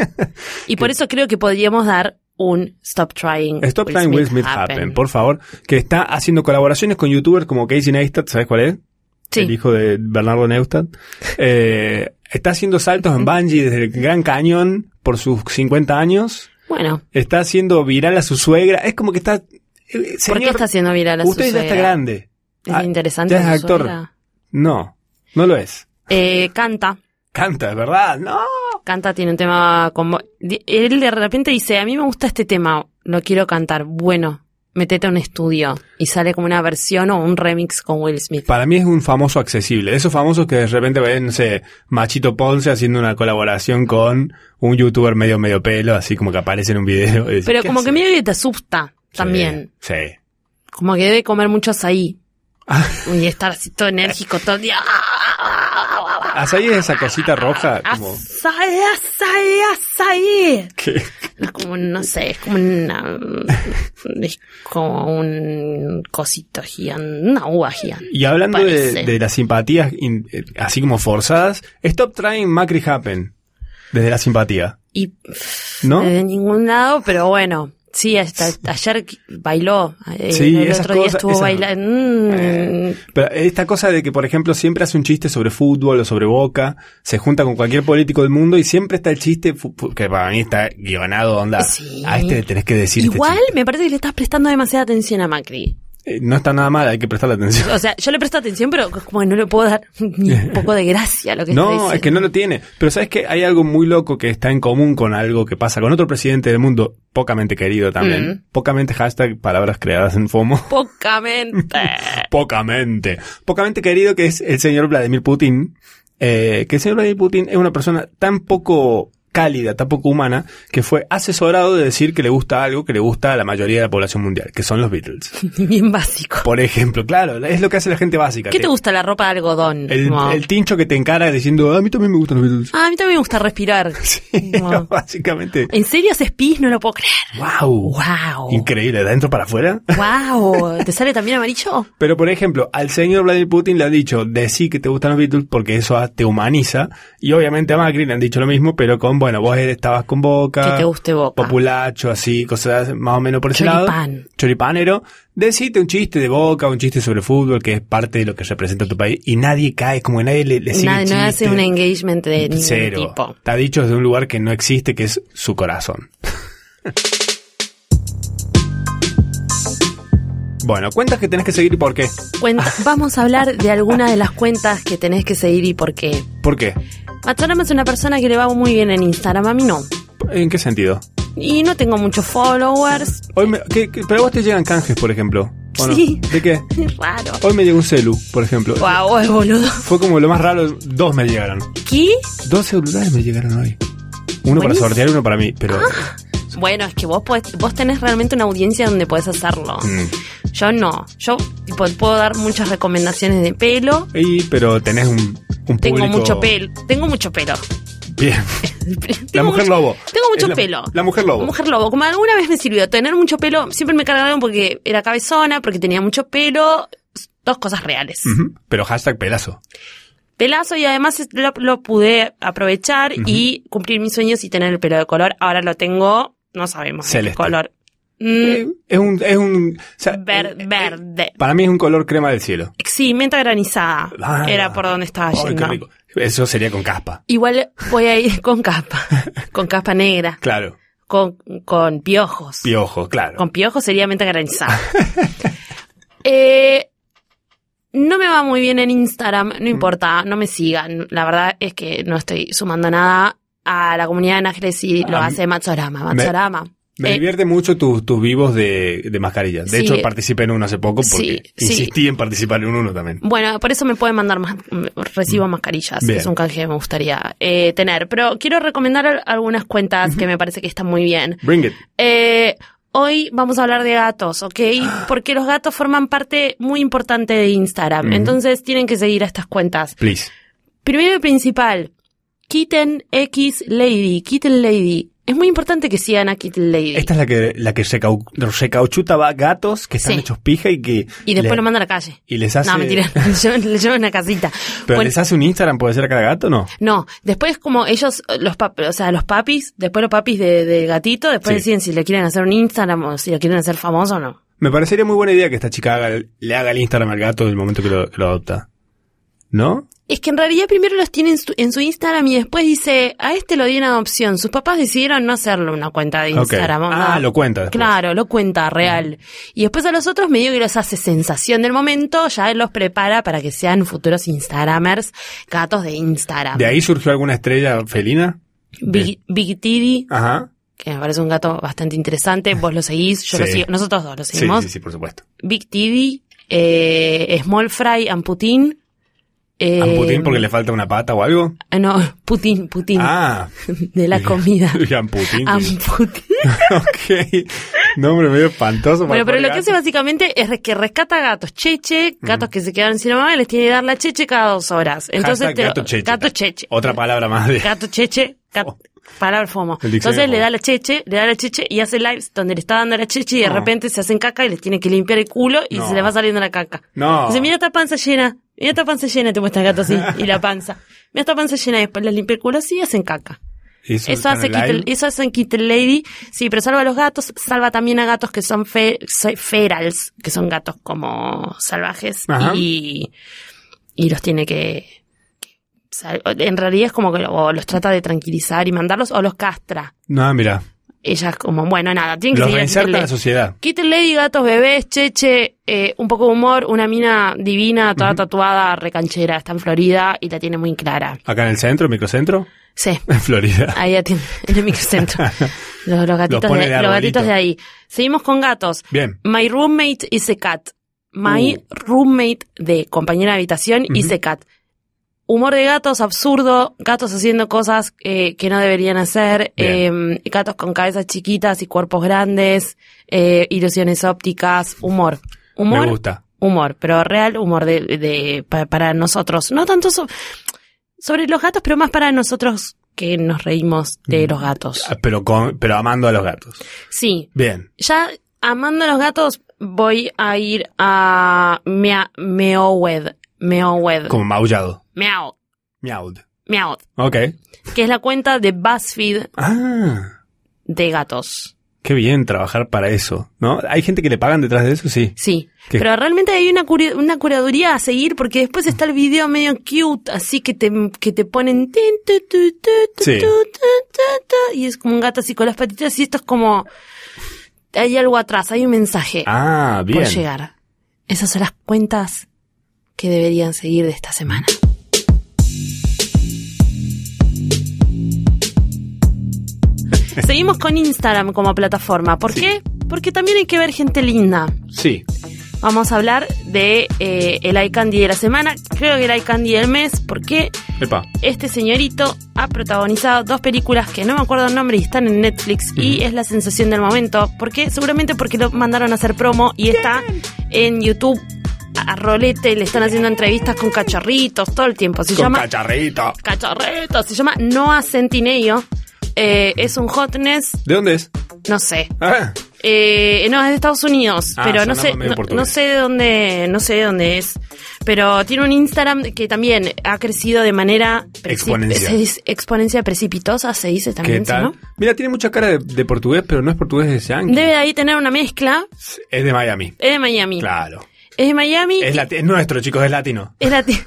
S1: y por eso creo que podríamos dar un Stop Trying
S2: Stop Time Will Smith happen. por favor. Que está haciendo colaboraciones con youtubers como Casey Neistat, ¿sabes cuál es?
S1: Sí.
S2: El hijo de Bernardo Neistat. Eh, está haciendo saltos en bungee desde el Gran Cañón por sus 50 años.
S1: Bueno,
S2: Está haciendo viral a su suegra. Es como que está. eh,
S1: ¿por qué
S2: señor,
S1: está haciendo viral a su
S2: Usted ya está
S1: suegra?
S2: grande.
S1: Es
S2: Ah,
S1: interesante.
S2: ya es
S1: su
S2: actor.
S1: suegra.
S2: No, no lo es.
S1: Eh, canta.
S2: Canta, es ¿verdad? No.
S1: Canta, tiene un tema con... vo- di- Él de repente dice, a mí me gusta este tema, lo quiero cantar. Bueno, metete a un estudio. Y sale como una versión o un remix con Will Smith.
S2: Para mí es un famoso accesible. Esos famosos que de repente ven, no sé, Machito Ponce haciendo una colaboración con un youtuber medio medio pelo, así como que aparece en un video. y decís,
S1: Pero
S2: ¿qué
S1: como
S2: hace?
S1: que medio que te asusta también.
S2: Sí. sí.
S1: Como que debe comer mucho ahí
S2: Ah.
S1: Y estar así todo enérgico todo el día.
S2: Azaí es esa cosita roja,
S1: Ah,
S2: como
S1: Azaí, azaí, azaí.
S2: que
S1: Es como, no sé, es como una... Es como un cosito gigante, una uva gigante.
S2: Y hablando de,
S1: Parece.
S2: de las simpatías in- eh, así como forzadas, stop trying Macri happen. Desde la simpatía,
S1: Y
S2: ¿no?
S1: de ningún lado, pero bueno. Sí, hasta ayer qui- bailó. eh,
S2: Sí,
S1: el
S2: esas
S1: otro día
S2: cosas-
S1: estuvo
S2: esas-
S1: bailando. Mm,
S2: Eh, Pero esta cosa de que, por ejemplo, siempre hace un chiste sobre fútbol o sobre Boca, se junta con cualquier político del mundo y siempre está el chiste fu- fu- que para mí está guionado, onda.
S1: Sí.
S2: A este le tenés que decir este
S1: Igual
S2: chiste.
S1: me parece que le estás prestando demasiada atención a Macri.
S2: Eh, no está nada mal, hay que prestarle atención.
S1: O sea, yo le presto atención, pero es como que no le puedo dar ni un poco de gracia a lo que está
S2: No,
S1: diciendo.
S2: es que no lo tiene. Pero sabes que hay algo muy loco que está en común con algo que pasa con otro presidente del mundo, pocamente querido también.
S1: Mm.
S2: Pocamente hashtag palabras creadas en FOMO.
S1: Pocamente.
S2: Pocamente. Pocamente querido que es el señor Vladimir Putin. Eh, que el señor Vladimir Putin es una persona tan poco cálida, tan poco humana, que fue asesorado de decir que le gusta algo que le gusta a la mayoría de la población mundial, que son los Beatles.
S1: Bien básico.
S2: Por ejemplo, claro, es lo que hace la gente básica.
S1: ¿Qué te gusta la ropa de algodón?
S2: El,
S1: Como,
S2: el tincho que te encara diciendo, "Ah, a mí también me gustan los Beatles.
S1: "Ah, a mí también me gusta respirar. Como,
S2: Básicamente.
S1: ¿En serio haces pis? No lo puedo creer.
S2: ¡Wow!
S1: Wow.
S2: Increíble, de adentro para afuera.
S1: Wow. ¿Te sale también amarillo?
S2: Pero, por ejemplo, al señor Vladimir Putin le han dicho, decí que te gustan los Beatles porque eso ah, te humaniza. Y obviamente a Macri le han dicho lo mismo, pero con, bueno, vos eres- estabas con boca.
S1: Que te guste Boca.
S2: Populacho, así, cosas más o menos por ese lado.
S1: Choripán.
S2: Choripanero. Decite un chiste de boca, un chiste sobre fútbol, que es parte de lo que representa tu país. Y nadie cae, como que nadie le, le sigue
S1: Nada,
S2: el
S1: no hace
S2: chiste.
S1: un engagement de ningún
S2: Cero.
S1: tipo.
S2: Está dicho desde un lugar que no existe, que es su corazón. bueno, cuentas que tenés que seguir y por qué.
S1: Cuenta- vamos a hablar de alguna de las cuentas que tenés que seguir y por qué.
S2: ¿Por qué?
S1: Matsorama es una persona que le va muy bien en Instagram, a mí no.
S2: ¿En qué sentido?
S1: Y no tengo muchos followers.
S2: Hoy me- ¿qué- qué- pero a vos te llegan canjes, por ejemplo. ¿o no?
S1: Sí.
S2: ¿De qué?
S1: Es raro.
S2: Hoy me llegó un celu, por ejemplo.
S1: Guau, es boludo.
S2: Fue como lo más raro, dos me llegaron.
S1: ¿Qué?
S2: Dos celulares me llegaron hoy. Uno para
S1: Buenísimo. Ah.
S2: sortear, uno para mí, pero...
S1: Bueno, es que vos podés- vos tenés realmente una audiencia donde podés hacerlo.
S2: mm.
S1: Yo no. Yo tipo, puedo dar muchas recomendaciones de pelo.
S2: Y, pero tenés un, un
S1: Tengo
S2: público-
S1: mucho pelo. Tengo mucho pelo.
S2: Bien. La
S1: Tengo mucho-
S2: mujer lobo.
S1: Tengo mucho
S2: Es la-
S1: pelo.
S2: La mujer lobo.
S1: Mujer lobo. Como alguna vez me sirvió tener mucho pelo, siempre me cargaron porque era cabezona, porque tenía mucho pelo. Dos cosas reales.
S2: Ujú, Pero hashtag pelazo.
S1: Pelazo y además es- lo, lo pude aprovechar y cumplir mis sueños y tener el pelo de color. Ahora lo tengo, no sabemos de
S2: Celeste.
S1: qué color. Mm,
S2: Eh, Es un, es un, o sea,
S1: ver-
S2: eh,
S1: verde.
S2: para mí es un color crema del cielo.
S1: Sí, menta granizada.
S2: Ah.
S1: Era por donde estaba
S2: Ay, qué
S1: yendo.
S2: rico. Eso sería con caspa.
S1: Igual voy a ir con capa, con capa negra,
S2: Claro.
S1: con, con piojos.
S2: Piojo, claro.
S1: Con piojos sería menta granizada. Eh, no me va muy bien en Instagram,
S2: Mm.
S1: no importa, no me sigan. La verdad es que no estoy sumando nada a la comunidad de Nájeres y lo
S2: Ah,
S1: hace Matsorama.
S2: me-
S1: Matsorama.
S2: Me
S1: Eh,
S2: divierte mucho tus tus vivos de, de mascarilla. De
S1: Sí.
S2: hecho, participé en uno hace poco
S1: Sí,
S2: porque
S1: sí.
S2: insistí en participar en uno también.
S1: Bueno, por eso me pueden mandar más, recibo mascarillas,
S2: Mm. Bien.
S1: es un canje que me gustaría eh, tener. Pero quiero recomendar al- algunas cuentas que me parece que están muy bien.
S2: Bring it.
S1: Eh, hoy vamos a hablar de gatos, ¿ok? Porque los gatos forman parte muy importante de Instagram,
S2: Ujú.
S1: entonces tienen que seguir a estas cuentas.
S2: Please.
S1: Primero y principal, Kitten X Lady, Kitten Lady. Es muy importante que sigan a Kitten Lady.
S2: Esta es la que, la que recau- recauchuta va gatos que están
S1: Sí.
S2: hechos pija y que.
S1: y después
S2: le-
S1: lo manda a la calle.
S2: Y les hace.
S1: No, mentira, le llevan, le llevan a una casita.
S2: Pero
S1: Bueno,
S2: les hace un Instagram, puede ser a cada gato o no.
S1: No, después como ellos, eh, los pap- o sea, los papis, después los papis de- del gatito, después
S2: Sí.
S1: deciden si le quieren hacer un Instagram o si lo quieren hacer famoso o no.
S2: Me parecería muy buena idea que esta chica haga el- le haga el Instagram al gato en el momento que lo, que lo adopta. ¿No?
S1: Es que en realidad primero los tiene en su, en su Instagram y después dice, a este lo di en adopción. Sus papás decidieron no hacerle una cuenta de
S2: Ok.
S1: Instagram.
S2: Ah,
S1: ¿no?
S2: lo cuenta después.
S1: Claro, lo cuenta real. Y después a los otros medio que los hace sensación del momento, ya él los prepara para que sean futuros Instagramers, gatos de Instagram.
S2: ¿De ahí surgió alguna estrella felina?
S1: Big, Big Titty,
S2: Ajá.
S1: que me parece un gato bastante interesante. Vos lo seguís, yo lo
S2: Ah. Sí.
S1: sigo, nosotros dos lo
S2: Sí,
S1: seguimos.
S2: sí, sí, por supuesto.
S1: Big Titty, eh, Small Fry and Putin. Eh,
S2: ¿A Putin porque le falta una pata o algo?
S1: Ah, No, Putin, Putin.
S2: Ah.
S1: de la comida.
S2: Y a Putin.
S1: Am
S2: sí.
S1: Putin.
S2: ok. Nombre medio espantoso.
S1: Bueno, pero lo que
S2: gato.
S1: hace básicamente es que rescata gatos cheche, gatos que se quedaron sin mamá y les tiene que dar la cheche cada dos horas. Entonces
S2: Mm. Hashtag
S1: te-
S2: gato cheche.
S1: Gato cheche.
S2: Otra palabra más de...
S1: Gato cheche. gat-
S2: Oh.
S1: Palabra fomo.
S2: El diccionario
S1: Entonces le
S2: fomo.
S1: da la cheche, le da la cheche y hace lives donde le está dando la cheche y de
S2: No.
S1: repente se hacen caca y les tiene que limpiar el culo y
S2: No.
S1: se les va saliendo la caca.
S2: No.
S1: Dice, mira esta panza llena, mira esta panza llena, te muestra el gato así, y la panza. Mira esta panza llena, y después les limpia el culo así y hacen caca. Eso
S2: está en
S1: hace,
S2: el
S1: Kittle,
S2: live.
S1: eso hace en Kittle Lady. Sí, pero salva a los gatos, salva también a gatos que son fe, se- ferals, que son gatos como salvajes.
S2: Ajá.
S1: Y, y los tiene que... sal- En realidad es como que lo- o los trata de tranquilizar y mandarlos o los castra.
S2: No, mira.
S1: Ella es como, bueno, nada, tienen que
S2: Los
S1: seguir a Kittle
S2: reinserta a la
S1: Lady.
S2: sociedad.
S1: Kittle Lady, gatos, bebés, cheche, eh, un poco de humor, una mina divina, toda tatuada, recanchera, está en Florida y la tiene muy clara.
S2: Acá en el centro, microcentro,
S1: Sí.
S2: en Florida.
S1: Ahí atiende, en el microcentro. Los, los gatitos,
S2: Los pone
S1: de,
S2: de
S1: los
S2: arbolito.
S1: gatitos de ahí. Seguimos con gatos.
S2: Bien.
S1: My roommate is a cat.
S2: Uh.
S1: My roommate de compañera de habitación is a cat. Humor de gatos absurdo, gatos haciendo cosas eh, que no deberían hacer,
S2: Bien.
S1: eh, gatos con cabezas chiquitas y cuerpos grandes, eh, ilusiones ópticas, humor. Humor
S2: Me gusta.
S1: humor, pero real humor de, de- pa- para nosotros. No tanto so- sobre los gatos, pero más para nosotros que nos reímos de los gatos.
S2: Ah, Pero, con, pero amando a los gatos.
S1: Sí,
S2: Bien.
S1: ya amando a los gatos voy a ir a mea- Meowed, Meowed,
S2: Como maullado.
S1: Meow,
S2: Miaud.
S1: Meow,
S2: Ok.
S1: que es la cuenta de BuzzFeed
S2: Ah,
S1: de gatos.
S2: qué bien trabajar para eso, ¿no? ¿Hay gente que le pagan detrás de eso? Sí.
S1: Sí,
S2: ¿Qué?
S1: pero realmente hay una, curi- una curaduría a seguir porque después está el video medio cute, así que te, que te ponen... tin, tu, tu, tu, tu,
S2: Sí.
S1: tu, tu, tu, tu, y es como un gato así con las patitas y esto es como... Hay algo atrás, hay un mensaje
S2: Ah, bien.
S1: por llegar. Esas son las cuentas que deberían seguir de esta semana. Seguimos con Instagram como plataforma. ¿Por qué? Porque también hay que ver gente linda
S2: Sí.
S1: vamos a hablar de eh, el eye candy de la semana. Creo que el eye candy del mes, porque
S2: Epa.
S1: este señorito ha protagonizado dos películas que no me acuerdo el nombre y están en Netflix y es la sensación del momento. ¿Por qué? Seguramente porque lo mandaron a hacer promo y está en YouTube a a rolete, le están haciendo entrevistas con cachorritos todo el tiempo. Se
S2: Con
S1: llama
S2: cacharrito.
S1: Cachorritos, se llama Noah Centineo. Eh, es un hotness,
S2: ¿De dónde es?
S1: no sé,
S2: Ah,
S1: eh, no, es de Estados Unidos,
S2: Ah,
S1: pero no
S2: sonaba
S1: sé,
S2: medio
S1: no,
S2: portugués.
S1: no sé de dónde, no sé de dónde es. Pero tiene un Instagram que también ha crecido de manera preci-
S2: Exponencial.
S1: se dice- exponencia precipitosa, se dice
S2: ¿Qué
S1: también, eso,
S2: tal?
S1: ¿no?
S2: Mira, tiene mucha cara de, de portugués, pero no es portugués de Yankee.
S1: Debe de ahí tener una mezcla.
S2: Es de Miami.
S1: Es de Miami.
S2: Claro.
S1: Es de Miami.
S2: Es, lati- es nuestro, chicos, es latino.
S1: es lati-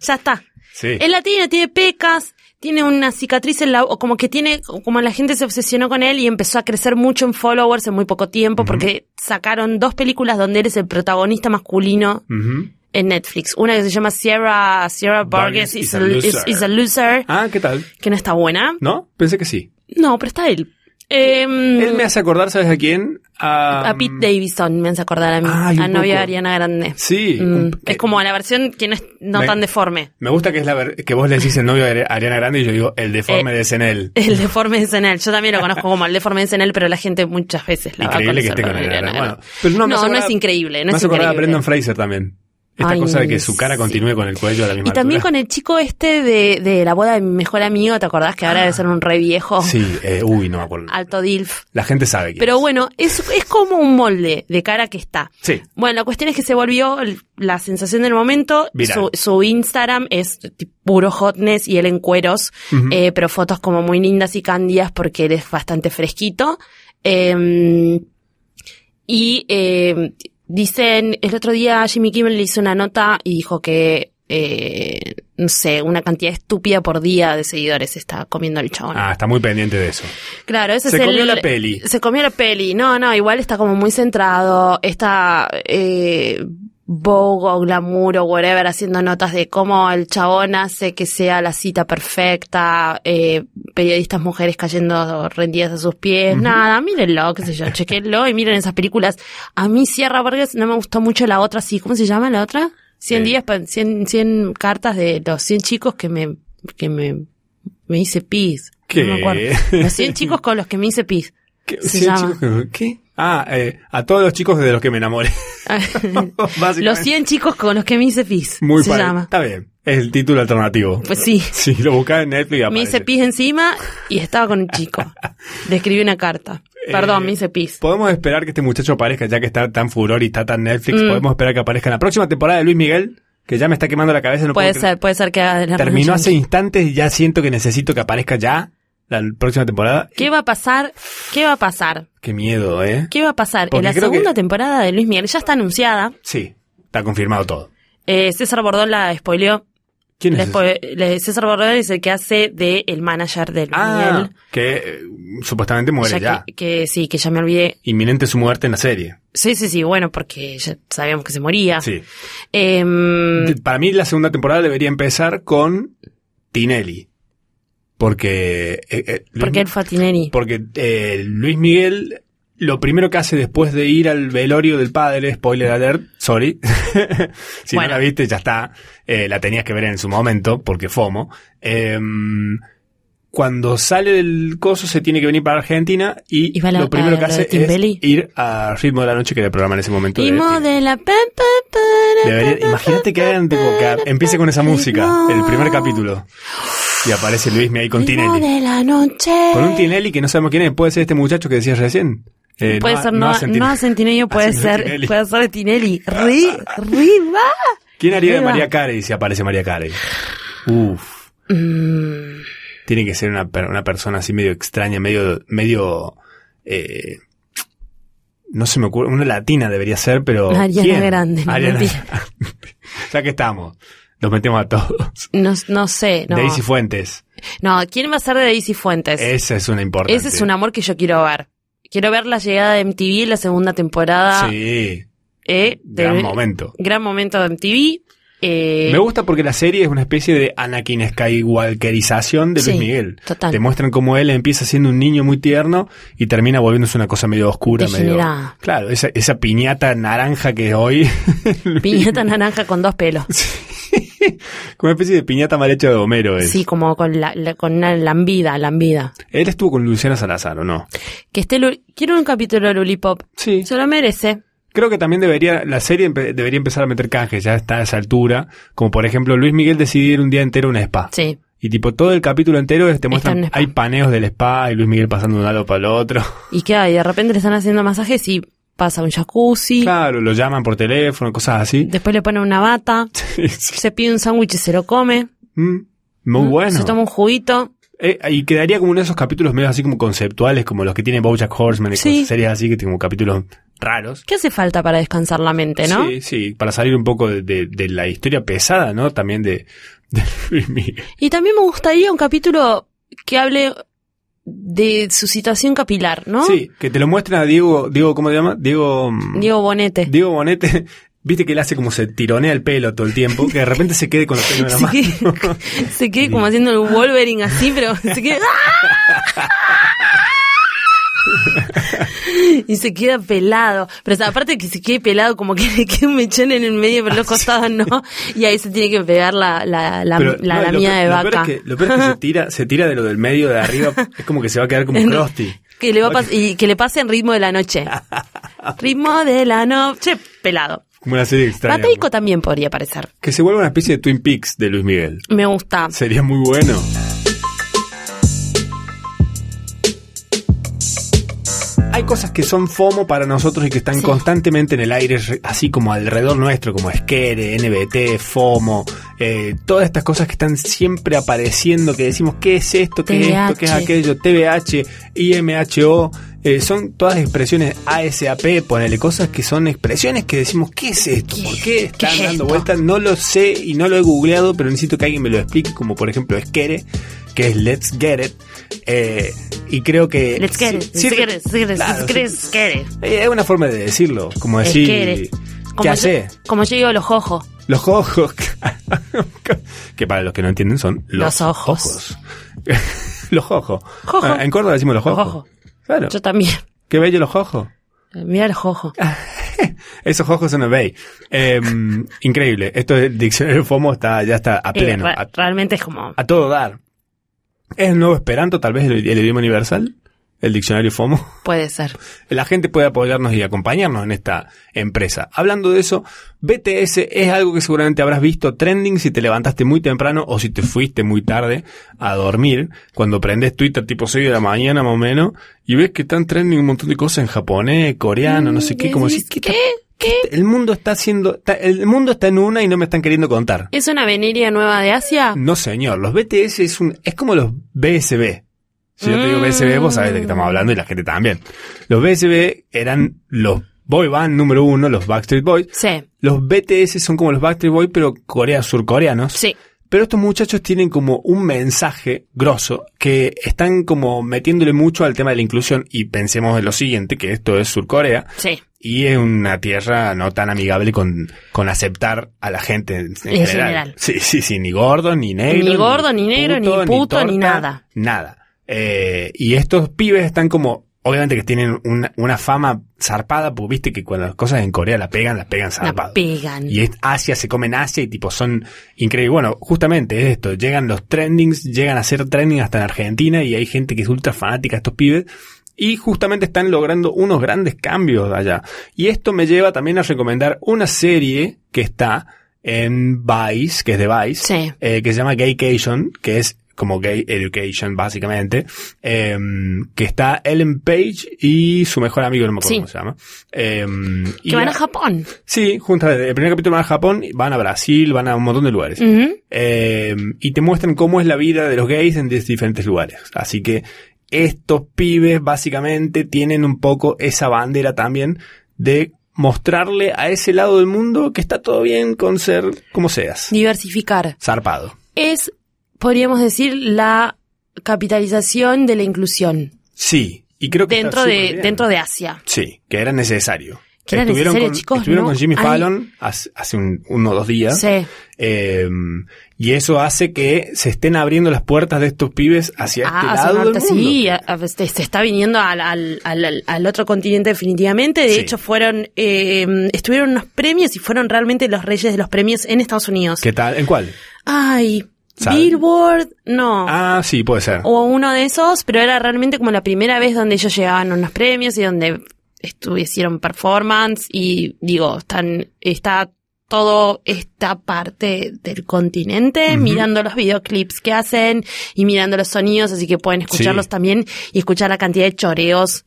S1: ya está.
S2: Sí.
S1: Es latino, tiene pecas, tiene una cicatriz en la, o como que tiene, como la gente se obsesionó con él y empezó a crecer mucho en followers en muy poco tiempo porque sacaron dos películas donde él es el protagonista masculino
S2: Ujú.
S1: en Netflix. Una que se llama Sierra, Sierra Burgess is, a, is, is a loser,
S2: Ah, ¿qué tal?
S1: que no está buena.
S2: ¿No? Pensé que sí.
S1: No, pero está él. Em,
S2: Él me hace acordar, ¿sabes a quién? A, mm,
S1: a Pete Davidson me hace acordar a mí,
S2: Ay, Ah, un
S1: a novia
S2: poco.
S1: de Ariana Grande.
S2: Sí.
S1: Mm,
S2: un-
S1: es como la versión que no es no
S2: Me-
S1: tan deforme.
S2: Me gusta que es la ver- que vos le decís el novio de Ari- Ariana Grande y yo digo el deforme
S1: Eh,
S2: de Senel.
S1: El deforme de Senel. Yo también lo conozco como el deforme de Senel, pero la gente muchas veces la va a
S2: Increíble que esté
S1: conocer
S2: con
S1: por
S2: Ariana.
S1: Ariana
S2: Bueno,
S1: Grande.
S2: pero no,
S1: no,
S2: me
S1: no,
S2: hace acordar-
S1: es increíble, no
S2: me
S1: es
S2: hace acordar a
S1: increíble.
S2: Brendan Fraser también. Esta
S1: Ay,
S2: cosa de que su cara
S1: sí.
S2: continúe con el cuello a la misma
S1: Y también
S2: altura.
S1: con el chico este de, de la boda de mi mejor amigo, ¿te acordás que ahora debe ser un re viejo?
S2: Ah. Sí, eh, uy, no me acuerdo.
S1: Alto DILF.
S2: La gente sabe que
S1: oh. Pero bueno, es, es como un molde de cara que está.
S2: Sí.
S1: Bueno, la cuestión es que se volvió el- la sensación del momento.
S2: Viral.
S1: Su, su Instagram es ti- puro hotness y él en cueros,
S2: Mm.
S1: eh, pero fotos como muy lindas y cándidas porque él es bastante fresquito. Eh, y eh, dicen, el otro día Jimmy Kimmel le hizo una nota y dijo que eh, no sé, una cantidad estúpida por día de seguidores está comiendo el chabón.
S2: Ah, está muy pendiente de eso.
S1: Claro, ese
S2: Se
S1: Este es el-
S2: comió la peli.
S1: Se comió la peli. No, no, igual está como muy centrado. Está eh, Vogue o Glamour o whatever haciendo notas de cómo el chabón hace que sea la cita perfecta. eh, periodistas mujeres cayendo rendidas a sus pies. Nada, mírenlo, qué sé yo. Chequenlo y miren esas películas. A mí Sierra Vargas no me gustó mucho la otra, sí. ¿Cómo se llama la otra? 100
S2: Eh.
S1: días, pa- 100, 100 cartas de los 100 chicos que me, que me, me hice pis.
S2: ¿Qué?
S1: No me acuerdo. Los 100 chicos con los que me hice pis.
S2: ¿Qué?
S1: Se
S2: ¿Cien
S1: llama.
S2: chicos que- ¿Qué? Ah, eh, a todos los chicos de los que me enamoré.
S1: Ah,
S2: Básicamente.
S1: los 100 chicos con los que me hice pis.
S2: Muy
S1: se
S2: pare-
S1: llama.
S2: Está bien. Es el título alternativo.
S1: Pues sí.
S2: Si lo buscas en Netflix
S1: Me
S2: aparece.
S1: hice pis encima y estaba con un chico. Le escribí una carta. Perdón,
S2: Eh,
S1: me hice pis.
S2: Podemos esperar que este muchacho aparezca, ya que está tan furor y está tan Netflix.
S1: Mm.
S2: Podemos esperar que aparezca en la próxima temporada de Luis Miguel, que ya me está quemando la cabeza. No
S1: puede
S2: puedo creer.
S1: ser, puede ser que haga de la
S2: Terminó
S1: misma
S2: hace
S1: manera.
S2: instantes y ya siento que necesito que aparezca ya la próxima temporada.
S1: ¿Qué va a pasar? ¿Qué va a pasar?
S2: Qué miedo, ¿eh?
S1: ¿Qué va a pasar?
S2: Porque
S1: en la
S2: creo que-
S1: segunda temporada de Luis Miguel ya está anunciada.
S2: Sí, está confirmado todo.
S1: Eh, César Bordón la spoileó.
S2: ¿Quién
S1: La
S2: es? ese?
S1: spo- le- César Bordón es el que hace de el manager de Luis
S2: Ah,
S1: Miguel.
S2: que eh, supuestamente muere ya.
S1: Ya que- que sí, que ya me olvidé.
S2: Inminente su muerte en la serie.
S1: Sí, sí, sí, bueno, porque ya sabíamos que se moría.
S2: Sí.
S1: Em,
S2: Para mí la segunda temporada debería empezar con Tinelli. Porque... eh, eh, Luis-
S1: porque él fue a Tineri.
S2: porque eh, Luis Miguel lo primero que hace después de ir al velorio del padre, spoiler alert, sorry, si
S1: Bueno.
S2: no la viste ya está, eh, la tenías que ver en su momento porque FOMO. em, cuando sale del coso se tiene que venir para Argentina y,
S1: Y va a la-
S2: lo primero
S1: a
S2: que
S1: lo
S2: hace
S1: de
S2: es
S1: Timbelli.
S2: ir a Ritmo de la Noche que era el programa en ese momento.
S1: Y
S2: de-
S1: modela. pa, pa, pa, ra, pa,
S2: Debería-
S1: pa,
S2: imagínate que hagan tipo que empiece con esa música, el primer capítulo. Y aparece Luis Miguel con
S1: ritmo
S2: Tinelli.
S1: de la noche.
S2: Con un Tinelli que no sabemos quién es. Puede ser este muchacho que decías recién. Eh,
S1: puede
S2: no-
S1: ser,
S2: no
S1: no,
S2: hacen
S1: no
S2: Tinelli.
S1: hacen Tinelli, puede
S2: Hacen
S1: ser,
S2: Tinelli.
S1: puede ser de Tinelli. Ri, ri, va.
S2: ¿Quién haría de
S1: Ahí va.
S2: María Carey si aparece María Carey? Uf.
S1: Mm,
S2: Tiene que ser una, per- una persona así medio extraña, medio... medio eh, no se me ocurre. Una latina debería ser, pero...
S1: Ariana
S2: ¿quién?
S1: Grande, no,
S2: Ariana-
S1: mentira.
S2: ya que estamos. Los metemos a todos.
S1: no, no sé, no.
S2: Daisy Fuentes.
S1: No, ¿quién va a ser de Daisy Fuentes?
S2: Esa es una importante.
S1: Ese es un amor que yo quiero ver. Quiero ver la llegada de MTV, la segunda temporada.
S2: Sí.
S1: eh, de-
S2: Gran momento.
S1: Gran momento de MTV. eh,
S2: Me gusta porque la serie es una especie de Anakin Skywalkerización de
S1: Sí,
S2: Luis Miguel.
S1: total.
S2: Te muestran cómo él empieza siendo un niño muy tierno y termina volviéndose una cosa medio oscura, medio.
S1: Degenerada.
S2: Claro, esa, esa piñata naranja que es hoy,
S1: Piñata naranja con dos pelos.
S2: como una especie de piñata mal hecha de Homero. es.
S1: Sí, como con la, la- con una lambida, lambida.
S2: Él estuvo con Luciana Salazar, ¿o no?
S1: Que esté Lu- quiero un capítulo de Lulipop.
S2: Sí.
S1: Se lo merece.
S2: Creo que también debería, la serie empe- debería empezar a meter canjes, ya está a esa altura. Como por ejemplo, Luis Miguel decidir un día entero un spa.
S1: Sí.
S2: Y tipo, todo el capítulo entero es- te
S1: en un
S2: muestran,
S1: spa.
S2: hay paneos del spa y Luis Miguel pasando de un lado para el otro.
S1: ¿Y qué hay? De repente le están haciendo masajes y pasa un jacuzzi.
S2: Claro, lo llaman por teléfono, cosas así.
S1: Después le ponen una bata. Se pide un sándwich y se lo come.
S2: Mm, Muy bueno.
S1: Se toma un juguito.
S2: Eh, y quedaría como uno de esos capítulos medio así como conceptuales, como los que tiene Bojack Horseman y
S1: Sí.
S2: cosas, series así que tienen como capítulos raros.
S1: ¿Qué hace falta para descansar la mente, no?
S2: Sí, sí, para salir un poco de, de- de la historia pesada, ¿no? También de, de Luis Miguel.
S1: Y también me gustaría un capítulo que hable de su situación capilar, ¿no?
S2: Sí, que te lo muestren a Diego, Diego, ¿cómo se llama? Diego... mm,
S1: Diego Bonete.
S2: Diego Bonete, viste que él hace como se tironea el pelo todo el tiempo, que de repente se quede con los pelos en la
S1: Sí.
S2: mano.
S1: Se quede como haciendo el Wolverine así, pero se queda. Y se queda pelado. Pero o sea, aparte que se quede pelado, como que le queda un mechón en el medio, pero los costados no. Y ahí se tiene que pegar la, la, la,
S2: Pero,
S1: la
S2: no, lo
S1: lamida
S2: peor-
S1: de
S2: lo peor
S1: vaca.
S2: es que- Lo peor es que, se tira, se tira de lo del medio de arriba, es como que se va a quedar como Krusty.
S1: Que le va a pas- y que le pase en ritmo de la noche. Ritmo de la noche, pelado.
S2: Como una serie extraña.
S1: Mateico también podría aparecer.
S2: Que se vuelva una especie de Twin Peaks de Luis Miguel.
S1: Me gusta.
S2: Sería muy bueno. Hay cosas que son FOMO para nosotros y que están
S1: Sí.
S2: constantemente en el aire, re- así como alrededor nuestro, como Esquere, NBT, FOMO, eh, todas estas cosas que están siempre apareciendo, que decimos, ¿qué es esto? ¿Qué es esto? ¿Qué es
S1: TVH?
S2: aquello? TVH, IMHO, eh, son todas expresiones ASAP, ponele cosas que son expresiones que decimos, ¿qué es esto? ¿Por qué están
S1: ¿Qué es
S2: dando
S1: esto?
S2: vueltas? No lo sé y no lo he googleado, pero necesito que alguien me lo explique, como por ejemplo Esquere, que es Let's Get It. eh, y creo que...
S1: Let's get it,
S2: sí-
S1: let's
S2: sirve-
S1: get it, let's get it,
S2: claro,
S1: let's get it, let's get it.
S2: eh, Es una forma de decirlo, como
S1: Es
S2: decir...
S1: que eres-
S2: ¿Qué
S1: Como yo,
S2: hace?
S1: como yo digo, los ojos.
S2: Los ojos. que para los que no entienden son
S1: Los
S2: los,
S1: ojos.
S2: ojos. los ojos.
S1: Jojo.
S2: Ah, En Córdoba decimos los ojos.
S1: Los ojos.
S2: Claro.
S1: Yo también.
S2: Qué bello los ojos.
S1: Mira los ojos.
S2: Ah, Esos ojos son bay. increíble. Esto del diccionario FOMO está, ya está a
S1: Eh,
S2: pleno.
S1: re-
S2: a,
S1: realmente es como.
S2: a todo dar. ¿Es el nuevo Esperanto tal vez el, el idioma universal? ¿El diccionario FOMO?
S1: Puede ser.
S2: La gente puede apoyarnos y acompañarnos en esta empresa. Hablando de eso, BTS es algo que seguramente habrás visto trending si te levantaste muy temprano o si te fuiste muy tarde a dormir. Cuando prendes Twitter tipo 6 de la mañana más o menos y ves que están trending un montón de cosas en japonés, coreano, no sé qué, como si...
S1: Mm, ¿Decís ¿Qué? ¿Qué?
S2: El mundo está haciendo... está- el mundo está en una y no me están queriendo contar.
S1: ¿Es una veneria nueva de Asia?
S2: No señor, los BTS es un... es como los BSB. Si yo te digo BSB, vos sabés de qué estamos hablando y la gente también. Los BSB eran los boy band número uno, los Backstreet Boys.
S1: Sí,
S2: Los BTS son como los Backstreet Boys, pero corea, surcoreanos.
S1: sí.
S2: Pero estos muchachos tienen como un mensaje grosso que están como metiéndole mucho al tema de la inclusión y pensemos en lo siguiente, que esto es Surcorea
S1: Sí,
S2: y es una tierra no tan amigable con, con aceptar a la gente en, en
S1: En
S2: general.
S1: general.
S2: Sí, sí, sí, ni gordo, ni negro.
S1: Ni gordo, ni negro, ni puto, ni nada.
S2: Nada. Eh, y estos pibes están como, obviamente que tienen una, una fama zarpada, porque viste que cuando las cosas en Corea la pegan, la pegan
S1: la
S2: zarpada.
S1: pegan.
S2: Y es Asia, se comen Asia y tipo son increíbles. Bueno, justamente es esto, llegan los trendings, llegan a ser trending hasta en Argentina y hay gente que es ultra fanática de estos pibes. Y justamente están logrando unos grandes cambios allá. Y esto me lleva también a recomendar una serie que está en Vice, que es de Vice,
S1: Sí.
S2: eh, que se llama Gaycation, que es como Gay Education básicamente, eh, que está Ellen Page y su mejor amigo, no me acuerdo
S1: Sí.
S2: cómo se llama. Eh, y
S1: Que van
S2: la-
S1: a Japón.
S2: Sí, juntas. El primer capítulo van a Japón, van a Brasil, van a un montón de lugares.
S1: Ujú.
S2: Eh, y te muestran cómo es la vida de los gays en dis- diferentes lugares. Así que estos pibes básicamente tienen un poco esa bandera también de mostrarle a ese lado del mundo que está todo bien con ser como seas.
S1: Diversificar.
S2: Zarpado.
S1: Es, podríamos decir, la capitalización de la inclusión
S2: Sí. Y creo que está
S1: dentro de,
S2: superbién.
S1: dentro de Asia.
S2: Sí, que era necesario.
S1: Que era
S2: estuvieron
S1: necesario,
S2: con,
S1: chicos,
S2: estuvieron
S1: ¿no?
S2: con Jimmy
S1: Ay.
S2: Fallon hace, hace un- uno o dos días.
S1: Sí.
S2: Eh, y eso hace que se estén abriendo las puertas de estos pibes hacia
S1: Ah,
S2: este
S1: hacia
S2: lado
S1: norte,
S2: del mundo.
S1: sí, a- a- se, se está viniendo al, al- al- al otro continente definitivamente. De
S2: Sí.
S1: hecho, fueron, eh, estuvieron unos premios y fueron realmente los reyes de los premios en Estados Unidos.
S2: ¿Qué tal? ¿En cuál?
S1: Ay,
S2: ¿Saben?
S1: Billboard, no.
S2: Ah, sí, puede ser.
S1: O uno de esos, pero era realmente como la primera vez donde ellos llegaban a unos premios y donde estuvieron performance y digo, están, está todo esta parte del continente
S2: Ujú.
S1: mirando los videoclips que hacen y mirando los sonidos, así que pueden escucharlos
S2: Sí.
S1: también y escuchar la cantidad de choreos